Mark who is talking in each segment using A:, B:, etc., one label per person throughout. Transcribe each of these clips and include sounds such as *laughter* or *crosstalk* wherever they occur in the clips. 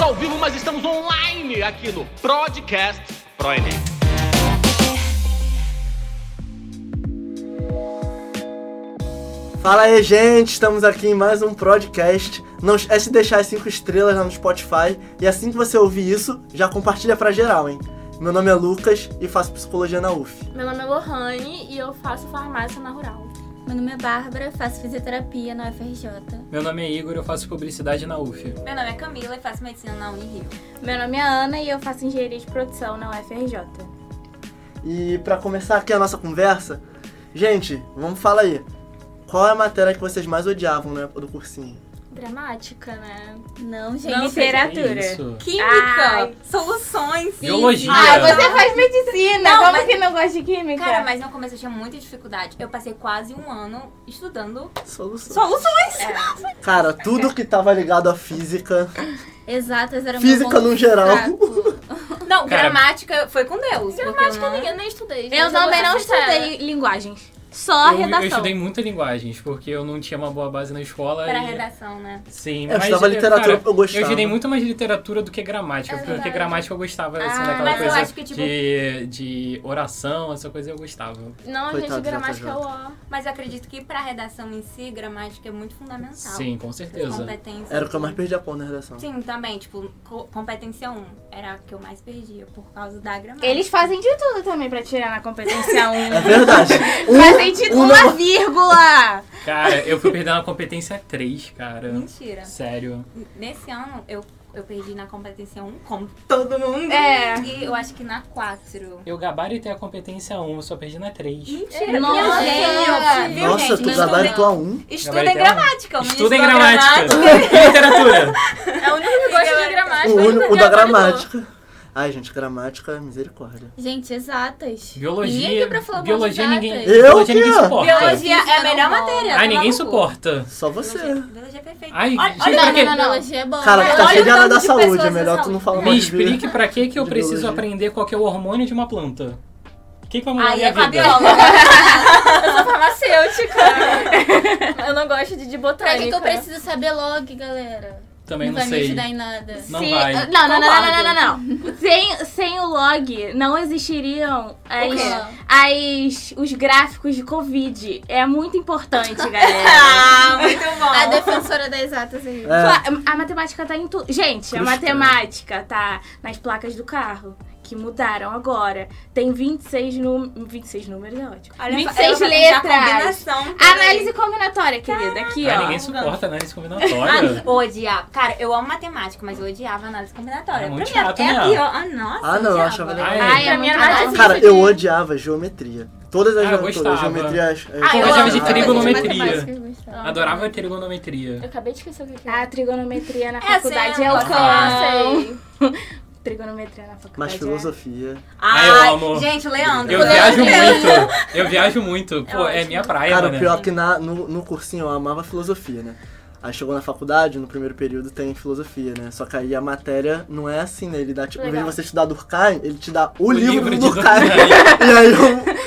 A: ao vivo, mas estamos online aqui no Podcast ProEnem.
B: Fala aí, gente! Estamos aqui em mais um podcast. Não esquece de deixar as 5 estrelas lá no Spotify e assim que você ouvir isso, já compartilha pra geral, hein? Meu nome é Lucas e faço psicologia na UF.
C: Meu nome é Lohane e eu faço farmácia na Rural.
D: Meu nome é Bárbara, faço fisioterapia na UFRJ.
E: Meu nome é Igor, eu faço publicidade na UF.
F: Meu nome é Camila e faço medicina na Unirio.
G: Meu nome é Ana e eu faço engenharia de produção Então,
C: é?
G: na UFRJ.
B: E pra começar aqui a nossa conversa, gente, vamos falar aí. Qual é a matéria que vocês mais odiavam na época do cursinho?
C: Dramática, né?
D: Não, gente,
C: Não,
G: é
B: É
D: literatura.
F: é.
E: Isso.
F: Química,
C: Ai.
F: soluções.
E: Biologia.
G: Ah, você faz medicina,
F: Não,
G: como
F: mas-
G: que não gosta de química?
F: Cara, mas no começo eu tinha muita dificuldade. Eu passei quase um ano estudando
B: Solução.
F: soluções.
B: Cara, tudo que tava ligado à física,
D: Exatas eram meu
B: física
D: ponto
B: no geral.
D: fraco.
F: Não,
E: Cara.
F: gramática foi com Deus. porque eu
C: Dramática
F: não-
C: ninguém nem estudei. gente,
D: Eu também
C: vou
D: não
C: ser sincera.
D: estudei linguagens. Só a
E: eu, eu
D: redação.
E: estudei muita linguagens, porque eu não tinha uma boa base na escola.
F: Pra
E: e-
F: redação, né?
B: É,
E: Sim,
B: Eu
E: mas,
B: estudava
E: eh,
B: literatura
E: cara,
B: porque eu gostava.
E: Eu estudei muito mais literatura do que gramática,
C: É
E: porque
C: verdade.
E: gramática eu gostava, assim,
D: Ah,
E: daquela
F: mas eu
E: coisa
F: acho que, tipo-
E: de, de oração, essa coisa eu gostava.
F: Então,
C: Não,
B: Coitado
C: gente,
B: do
C: gramática é o
B: JJ.
C: ó.
F: Mas eu acredito que pra redação em si, gramática é muito fundamental.
E: Sim, com certeza.
F: Competência.
B: Era o que eu mais perdi a pão na redação.
F: Sim, também, tipo, co- competência 1 era a que eu mais perdia por causa da gramática.
G: Eles fazem de tudo também pra tirar na competência 1.
B: É verdade.
G: fazem de
B: um
G: uma
B: não-
G: vírgula.
E: Cara, eu fui perdendo a competência 3, cara.
F: Mentira.
E: Sério.
F: Nesse ano eu, eu perdi na competência 1, como todo mundo.
G: É.
F: E eu acho que na 4.
E: Eu gabaritei a competência 1, eu só perdi na 3.
F: Mentira,
D: Nossa,
F: minha
D: gente.
F: gente. é
B: Nossa,
F: *laughs* viu,
B: tu
F: gente?
B: gabaritou a um.
F: Estuda em
E: Gabaritei
F: gramática.
E: Estudem gramática. *laughs* literatura.
C: É o único que gosta de
B: O,
C: gramática.
B: único- o da
C: Gabriel
B: gramática. Ai, gente, gramática, misericórdia.
D: Gente, exatas.
E: Biologia.
D: Ninguém aqui pra falar mal de
E: biologia ninguém.
D: exatas.
B: Eu
E: biologia ninguém
B: que-
E: suporta.
F: Biologia é a
D: Física
F: melhor
D: não
F: matéria.
E: Ai,
F: tá
E: ninguém
F: maluco?
E: suporta.
B: Só você.
F: Biologia, biologia é perfeita.
E: Ai,
F: olha,
E: gente,
F: olha
E: pra quê?
D: Não, não, não, biologia é boa.
B: Cara, que tá
F: Olha o
B: chegando
F: tanto
B: da
F: de
B: saúde,
F: pessoas
B: é melhor
F: da
B: tu não falar
E: Me
B: mais de biologia.
E: explique pra que, que eu
B: De
E: preciso
B: biologia.
E: aprender qual que é o hormônio de uma planta. O que, que vai mudar
F: Aí
E: na
F: é
E: minha
F: com a
E: vida? *laughs*
F: bióloga.
C: Eu sou farmacêutica. eu não gosto de, de
D: Pra
C: botânica.
D: que, que eu preciso saber log, galera?
E: Também não,
D: vai me
E: sei.
D: ajudar em nada.
E: Não
G: Se-
E: vai.
G: Não, não, não, não, não, não, não. Sem, sem o log, não existiriam as,
F: quê?
G: as- os gráficos de Covid. É muito importante, galera.
F: Ah, muito bom.
D: A defensora das exatas aí.
B: É,
G: A matemática tá em tudo. Gente, a
B: Frustrante.
G: matemática tá nas placas do carro, que mudaram agora. Tem 26 números. 26 números é ótimo.
F: Olha,
G: 26
F: ela vai fazer a
G: letras.
F: combinação também.
G: Análise combinatória, querida, aqui,
E: Ah,
G: ó.
E: ninguém suporta análise combinatória.
F: Ah, odiava. Cara, eu amo matemática, mas eu odiava análise combinatória.
E: É muito
F: pra mim,
E: chato
F: é a
E: mesmo.
F: pior. Ah, nossa.
B: Ah, não, eu
F: odiava.
B: achava legal.
E: Ai,
G: Ai, é
C: Pra mim
G: muito
C: era mais
G: bom.
C: difícil.
B: Cara, eu odiava geometria. Todas as
E: Ah, eu
B: todas,
E: gostava.
B: geometria. é, As, as-
F: Ah, eu
E: eu gostava de
F: adorava.
E: trigonometria.
D: Matemática, eu gostava.
E: Adorava trigonometria.
C: Eu acabei de esquecer o que é. que
G: A trigonometria na
F: Essa
G: faculdade
F: eu
G: é
F: não
G: o
F: posso
G: cão.
C: sei.
G: Trigonometria na faculdade. é
B: Mas
F: é.
B: filosofia.
E: Ah, eu
F: Ai,
E: amo.
F: Gente, o Leandro.
E: Eu
F: o
E: viajo
F: Leandro.
E: muito. Eu viajo muito. Pô, é minha praia,
B: Cara,
E: né?
B: pior que na, no, no cursinho eu amava filosofia, né? Aí chegou na faculdade, no primeiro período tem filosofia, né? Só que aí a matéria não é assim, né? Ele dá, tipo, em vez de
C: Legal.
B: você estudar Durkheim, ele te dá o,
E: O
B: livro,
E: livro
B: do
E: de
B: Durkheim.
E: Durkheim.
B: *laughs* e aí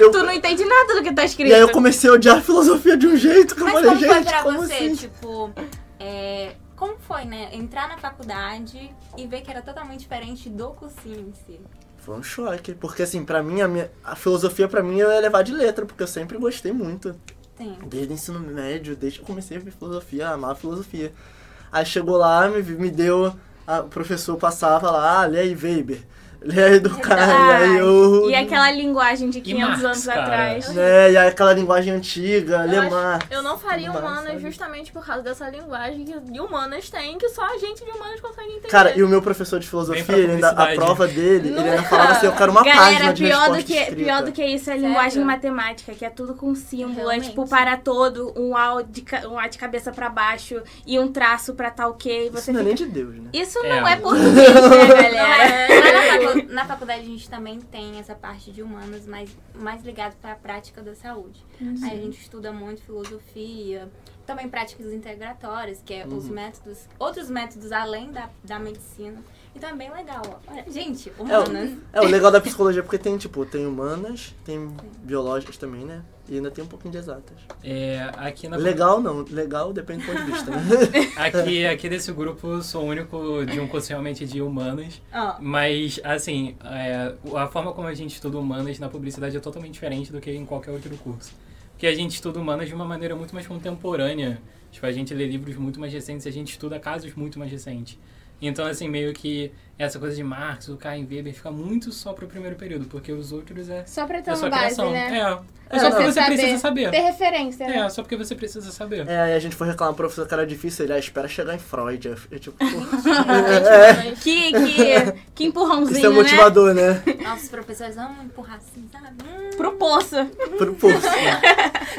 B: eu, eu-
G: Tu não entende nada do que tá escrito.
B: e aí eu comecei a odiar a filosofia de um jeito que eu
F: Mas
B: falei,
F: como foi
B: gente,
F: pra
B: como
F: você,
B: assim?
F: tipo, é, como foi, né? Entrar na faculdade e ver que era totalmente diferente do cursinho em si.
B: Foi um choque, porque assim, pra mim, a, minha, a filosofia pra mim eu ia levar de letra, porque eu sempre gostei muito.
F: Sim.
B: Desde o ensino médio, desde que eu comecei a ver filosofia, amar a filosofia. Aí chegou lá, me, me deu. a- o professor passava lá, ah, lê aí Weber, lê aí Durkheim,
G: *laughs* Ai,
B: aí eu.
G: E aquela linguagem de
E: E
G: 500
E: Marx,
G: anos
E: cara?
G: atrás.
B: Né, e aí aquela linguagem antiga,
C: Eu
B: lê
C: acho-
B: Marx.
C: Eu não faria
G: um
B: tudo mais,
G: é
C: humanas
B: sabe?
C: justamente por causa dessa linguagem que de humanas tem, que só a gente de humanas consegue entender.
B: Cara, e o meu professor de
E: Vem pra
B: filosofia, ele ainda, a
E: publicidade.
B: prova dele, ele ainda
C: Nunca.
B: falava assim: eu quero uma página
G: Galera,
B: de
G: pior do,
B: resposta
G: que,
B: escrita.
G: pior do que isso é linguagem matemática, que é tudo com símbolo. É
D: Realmente.
G: tipo para todo, um A, de, ca- um A de cabeça pra baixo e um traço pra tal que. E
B: Isso
G: você
B: não é nem
G: fica...
B: de Deus, né?
G: Isso
E: É.
G: não é
B: *laughs*
G: português, né,
F: Não,
G: galera?
F: mas lá na, facu- na faculdade a gente também tem essa parte de humanas, mas mais ligado pra prática da saúde.
B: Hum,
F: Aí a gente estuda muito filosofia,
B: Hum.
F: também práticas integratórias, que é os métodos, outros métodos além da, da medicina. Então é bem legal, ó. Olha, Gente,
B: É, o-
F: humanas.
B: é, o legal da psicologia é porque tem, tipo, tem humanas, tem biológicas também, né? E ainda tem um pouquinho de exatas.
E: É, aqui, na,
B: Legal não, legal depende do ponto de vista, né?
E: aqui, aqui desse grupo, sou o único de um curso realmente de humanas.
F: Ó,
E: Mas, assim, é, a forma como a gente estuda humanas na publicidade é totalmente diferente do que em qualquer outro curso. Porque a gente estuda humanas de uma maneira muito mais contemporânea. Tipo, a gente lê livros muito mais recentes e a gente estuda casos muito mais recentes. Então, assim, meio que essa coisa de Marx, do Karl Weber, fica muito só pro primeiro período, porque os outros é,
H: Só pra ter
E: é só
H: uma base,
E: criação.
H: né?
E: É, é só
H: Você
E: porque você
H: saber.
E: precisa saber.
H: Ter referência, né?
E: É, só porque você precisa saber.
B: É, aí a gente foi reclamar pro professor que era difícil, ele, ah, espera chegar em Freud. Eu, eu tipo, pô,
E: É.
B: *laughs*
G: Que, que, que empurrãozinho,
B: isso é motivador, né? *laughs*
F: nossos professores vão empurrar assim, sabe? Hum,
G: né? Pro poço.
B: Pro povo.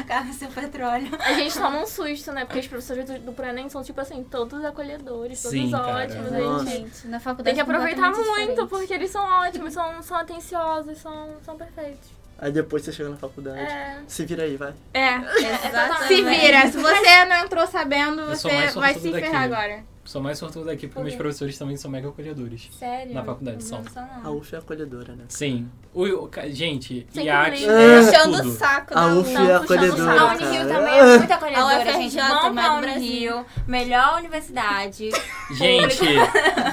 F: carro seu petróleo.
C: A gente toma um susto, né? Porque os professores do, do Proenem são, tipo assim, todos acolhedores, todos
E: Sim, cara.
C: ótimos. A
B: Nossa.
C: gente
D: Gente, na faculdade
C: tem que aproveitar muito,
D: completamente diferente.
C: porque eles são ótimos, são, são atenciosos, são, são perfeitos.
B: Aí depois você chega na faculdade.
C: É.
B: Se vira aí, vai.
G: É.
D: Exatamente.
H: Se vira. Se você não entrou sabendo,
E: Eu
H: você
E: sou mais
H: vai se
E: sortudo
H: ferrar
E: daqui.
H: agora.
E: Sou mais sortudo aqui porque meus professores também são mega acolhedores.
F: Sério?
E: Na faculdade,
F: Não,
E: são.
F: não são
B: A
F: não.
B: UF é acolhedora, né?
E: Sim. O, o, ca- gente,
C: Sem
E: IAC
C: comida.
E: é
D: Puxando o
E: tudo.
D: saco
B: A
D: da UFA.
B: UF é
C: puxando o
B: acolhedora,
C: saco.
F: A
B: cara.
F: Unigil também é muito
D: A
F: acolhedora,
D: UFRJ
F: gente. assim. Vão
C: é
D: mais
F: pra
D: do Brasil.
F: Unigil, melhor universidade.
E: Gente,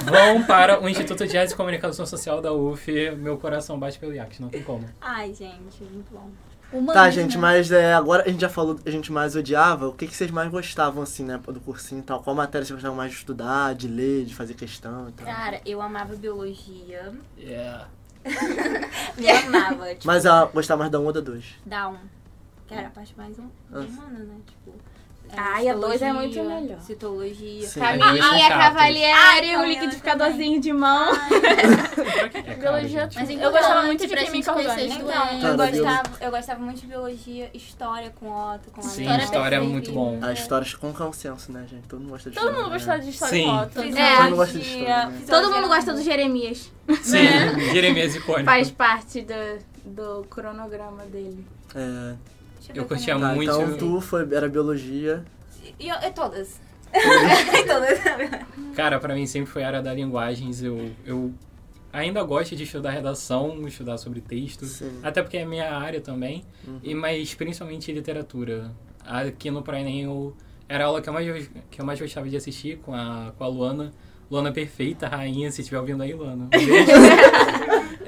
E: vão para o Instituto de Jazz e Comunicação Social da UF. Meu coração bate pelo IAC, não tem como.
F: Ai, gente, muito bom.
B: Tá, gente, mas é, agora a gente já falou, a gente mais odiava. O que, que vocês mais gostavam, assim, né, do cursinho e tal? Qual matéria vocês gostavam mais de estudar, de ler, de fazer questão e tal?
F: Cara, eu amava biologia.
E: Yeah.
F: Eu amava, tipo,
B: Mas a gostava mais da 1 ou da 2?
F: dar um. Que era a parte mais um,
B: Ah.
F: humana, né? Tipo. é,
G: Ai, a dois é muito
F: histologia,
G: melhor.
F: Citologia.
B: Sim.
G: é
E: Eles
H: Caminha,
E: são chatos.
C: é
H: cavalheiro,
F: Ai,
H: o
C: né?
H: liquidificadorzinho de mão.
C: Ah,
E: É caro,
C: Biologia, tipo,
E: gente.
D: Mas
C: eu gostava
D: importante
C: muito de
D: pra gente é
C: química
D: conhecer né?
C: orgânica.
D: as
F: Então,
B: Cara,
F: eu
B: biolo-
F: gostava, eu gostava muito de biologia, história com Otto, com a
E: Sim,
F: Ana.
E: história é muito bom.
B: As histórias com consenso, né, gente? Todo mundo gosta de
C: Todo
B: história,
C: mundo
B: né?
C: gostava de história né?
E: Sim.
C: e foto.
B: Todo mundo gosta de
F: Fisiologia,
B: história, né?
G: Todo
F: fisiologia
G: mundo
F: era
G: gosta
F: muito
G: do Jeremias.
E: Sim, Jeremias icônico.
G: Faz parte do, do cronograma dele.
B: É,
F: bom. Deixa
E: Eu
F: ver
E: curtia
F: como
B: tá,
E: muito.
B: então tu foi, era biologia.
F: é. E eu, eu todas. *laughs* todas.
E: Cara, pra mim sempre foi a área da linguagens. Eu, eu ainda gosto de estudar redação, estudar sobre texto.
B: Sim.
E: Até porque é minha área também.
B: Uhum.
E: E, mas principalmente literatura. Aqui no Proenem eu era a aula que eu mais, que eu mais gostava de assistir com a, com a Luana. Luana perfeita, rainha, se estiver ouvindo aí, Luana. Um
B: *laughs*
E: beijo.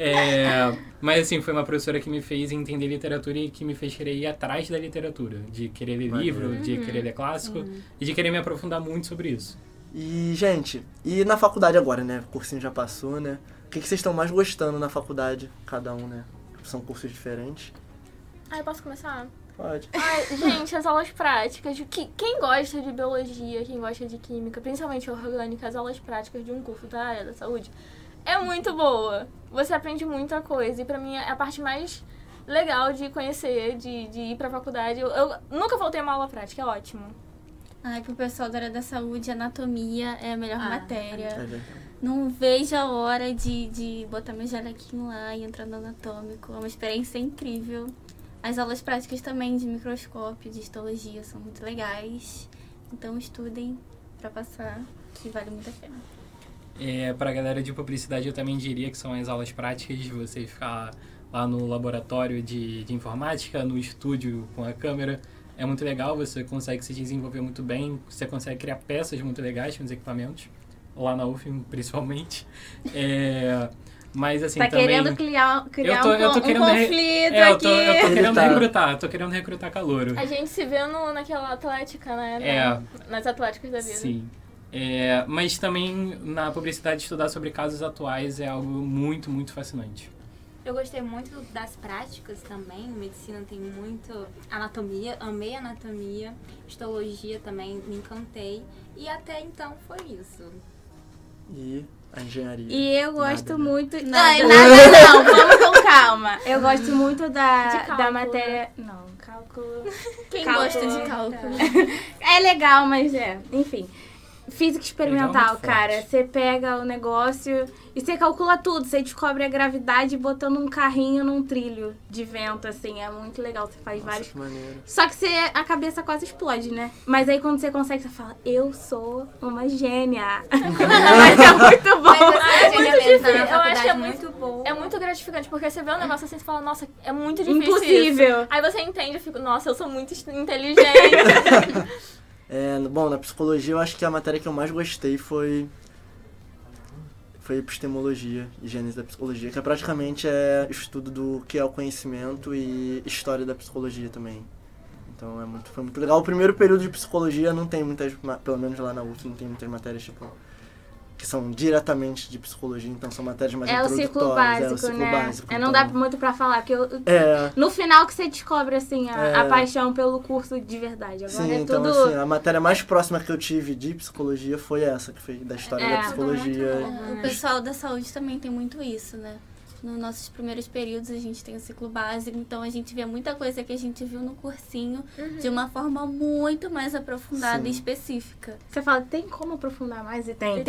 E: É, mas assim, foi uma professora que me fez entender literatura e que me fez querer ir atrás da literatura. De querer ler
B: Maneiro.
E: livro, de querer ler clássico e de querer me aprofundar muito sobre isso.
B: E, gente, e na faculdade agora, né? O cursinho já passou, né? O que, que vocês estão mais gostando na faculdade, cada um, né? São cursos diferentes.
D: É.
C: Ai, posso começar?
B: Pode.
C: Ai, gente, as aulas práticas. de que- Quem gosta de biologia, quem gosta de química, principalmente orgânica, as aulas práticas de um curso da área da saúde, é muito boa. Você aprende muita coisa. E pra mim é a parte mais legal de conhecer, de, de ir pra faculdade. Eu, eu nunca voltei a uma aula prática, é ótimo.
D: Ai, pro pessoal da área da saúde, anatomia é a melhor
F: Ah,
B: É
D: matéria.
B: verdade.
D: Não vejo a hora de, de botar meu jalequinho lá e entrar no anatômico. É uma experiência incrível. As aulas práticas também de microscópio, de histologia, são muito legais. Então estudem pra passar, que vale muito a pena.
E: É, pra galera de publicidade, eu também diria que são as aulas práticas, de você ficar lá no laboratório de, de informática, no estúdio com a câmera. É muito legal, você consegue se desenvolver muito bem, você consegue criar peças muito legais com os equipamentos, lá na UFM principalmente. É, mas assim,
G: tá
E: também.
G: querendo criar, criar
E: Eu tô-
G: um,
E: eu tô
G: con- um
E: querendo re-
G: conflito
E: é, eu
G: aqui.
E: tô, eu tô querendo
B: Tá.
E: recrutar, tô querendo recrutar calouro.
C: A gente se vê no, naquela atlética, né?
E: É.
C: Na- Nas atléticas da vida.
E: Sim. É, mas também na publicidade estudar sobre casos atuais é algo muito, muito fascinante.
F: Eu gostei muito das práticas também. Medicina tem muito. Anatomia, amei anatomia. Histologia também, me encantei. E até então foi isso.
B: E a engenharia.
G: E eu gosto
B: Nada, né?
G: muito. Não,
D: Nada.
G: nada não, vamos *laughs* com calma. Eu gosto muito da,
C: cálculo,
G: da
C: né?
G: matéria. Não, cálculo.
D: Quem
G: Cálculo.
D: gosta de cálculo?
G: É legal, mas é. Enfim. Física
E: Legal,
G: experimental,
E: muito forte.
G: cara. Você pega o negócio e você calcula tudo. Você descobre a gravidade botando um carrinho num trilho de vento, assim. É muito legal. Você faz
B: Nossa,
G: vários
B: que maneiro.
G: Só que você, a cabeça quase explode, né? Mas aí quando você consegue, você fala, eu sou uma gênia. *laughs* Mas é muito
F: Mas
G: bom.
F: você é muito
I: difícil. Eu
F: na faculdade
I: acho que é
F: muito boa.
I: É muito gratificante, porque você vê um negócio assim e fala, nossa, é muito difícil. isso.
G: Impossível.
I: Aí você entende, eu fico, nossa, eu sou muito est- inteligente.
B: É, bom, na psicologia eu acho que a matéria que eu mais gostei foi. Foi epistemologia e gênese da psicologia, que é praticamente é estudo do que é o conhecimento e história da psicologia também. Então é muito, foi muito legal. O primeiro período de psicologia não tem muitas, ma- pelo menos lá na UF, não tem muitas matérias tipo, que são diretamente de psicologia, então são matérias mais
G: É o ciclo
B: introdutórias.
G: básico,
B: ciclo
G: né?
B: básico,
G: é, não
B: então-
G: dá muito pra falar, porque eu-
B: É,
G: no final que você descobre, assim, a,
B: É.
G: a paixão pelo curso de verdade. Agora
B: Sim,
G: é
B: então
G: tudo...
B: assim, a matéria mais próxima que eu tive de psicologia foi essa, que foi da história
G: É,
B: da psicologia.
C: O pessoal da saúde também tem muito isso, né? Nos nossos primeiros períodos a gente tem o ciclo básico, então a gente vê muita coisa que a gente viu no cursinho
G: Uhum.
C: de uma forma muito mais aprofundada e
B: Sim.
C: específica.
G: Você fala, tem como aprofundar mais? E tem. Tem,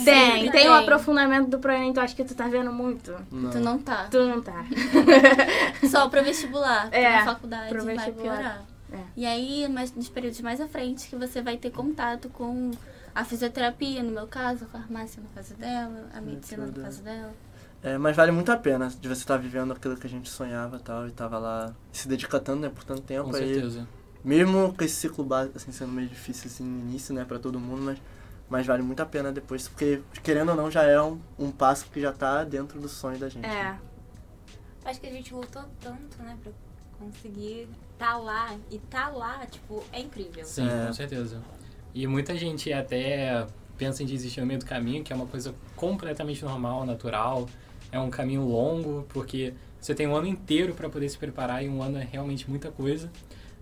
C: Tem,
G: tem,
C: tem.
G: o aprofundamento do Proenem, tu acha que tu tá vendo muito?
C: Tu não tá.
G: Tu não *laughs* tá.
C: *laughs* Só pro vestibular, pra
G: É,
C: faculdade
G: pro
C: vai
G: vestibular.
C: piorar.
G: É.
C: E aí, mas nos períodos mais à frente, que você vai ter contato com a fisioterapia, no meu caso, a farmácia no caso dela, a medicina no
B: tudo.
C: caso dela.
B: É, mas vale muito a pena de você estar vivendo aquilo que a gente sonhava e tal, e tava lá se dedicando, né, por tanto tempo.
E: Com
B: aí,
E: certeza.
B: mesmo com esse ciclo básico, assim, sendo meio difícil assim, no início, né, pra todo mundo, mas, mas vale muito a pena depois, porque, querendo ou não, já é um, um passo que já tá dentro do sonho da gente.
G: É.
B: né?
F: Acho que a gente lutou tanto, né, pra conseguir tá lá. E tá lá, tipo, é incrível.
E: Sim,
B: É.
E: com certeza. E muita gente até pensa em desistir no meio do caminho, que é uma coisa completamente normal, natural. É um caminho longo, porque você tem um ano inteiro para poder se preparar e um ano é realmente muita coisa.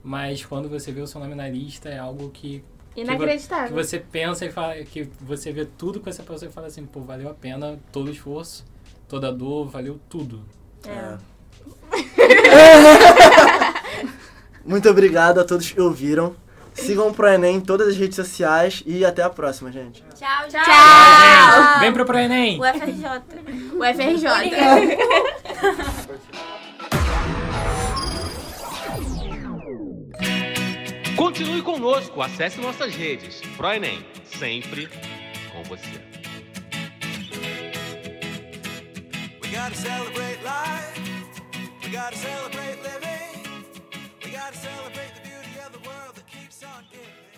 E: Mas quando você vê o seu nome na lista, é algo que, que
G: Inacreditável.
E: você pensa e fala, que você vê tudo com essa pessoa e fala assim, pô, valeu a pena todo o esforço, toda a dor, valeu tudo.
B: É. Muito obrigado a todos que ouviram. Sigam o Proenem em todas as redes sociais e até a próxima, gente.
F: Tchau, tchau.
E: Gente, vem pro Proenem!
C: O FRJ.
G: O FRJ. *laughs*
A: Continue conosco, acesse nossas redes. ProEnem, sempre com você.
J: We gotta celebrate life. We gotta celebrate living. We gotta celebrate the beauty of the world that keeps on giving.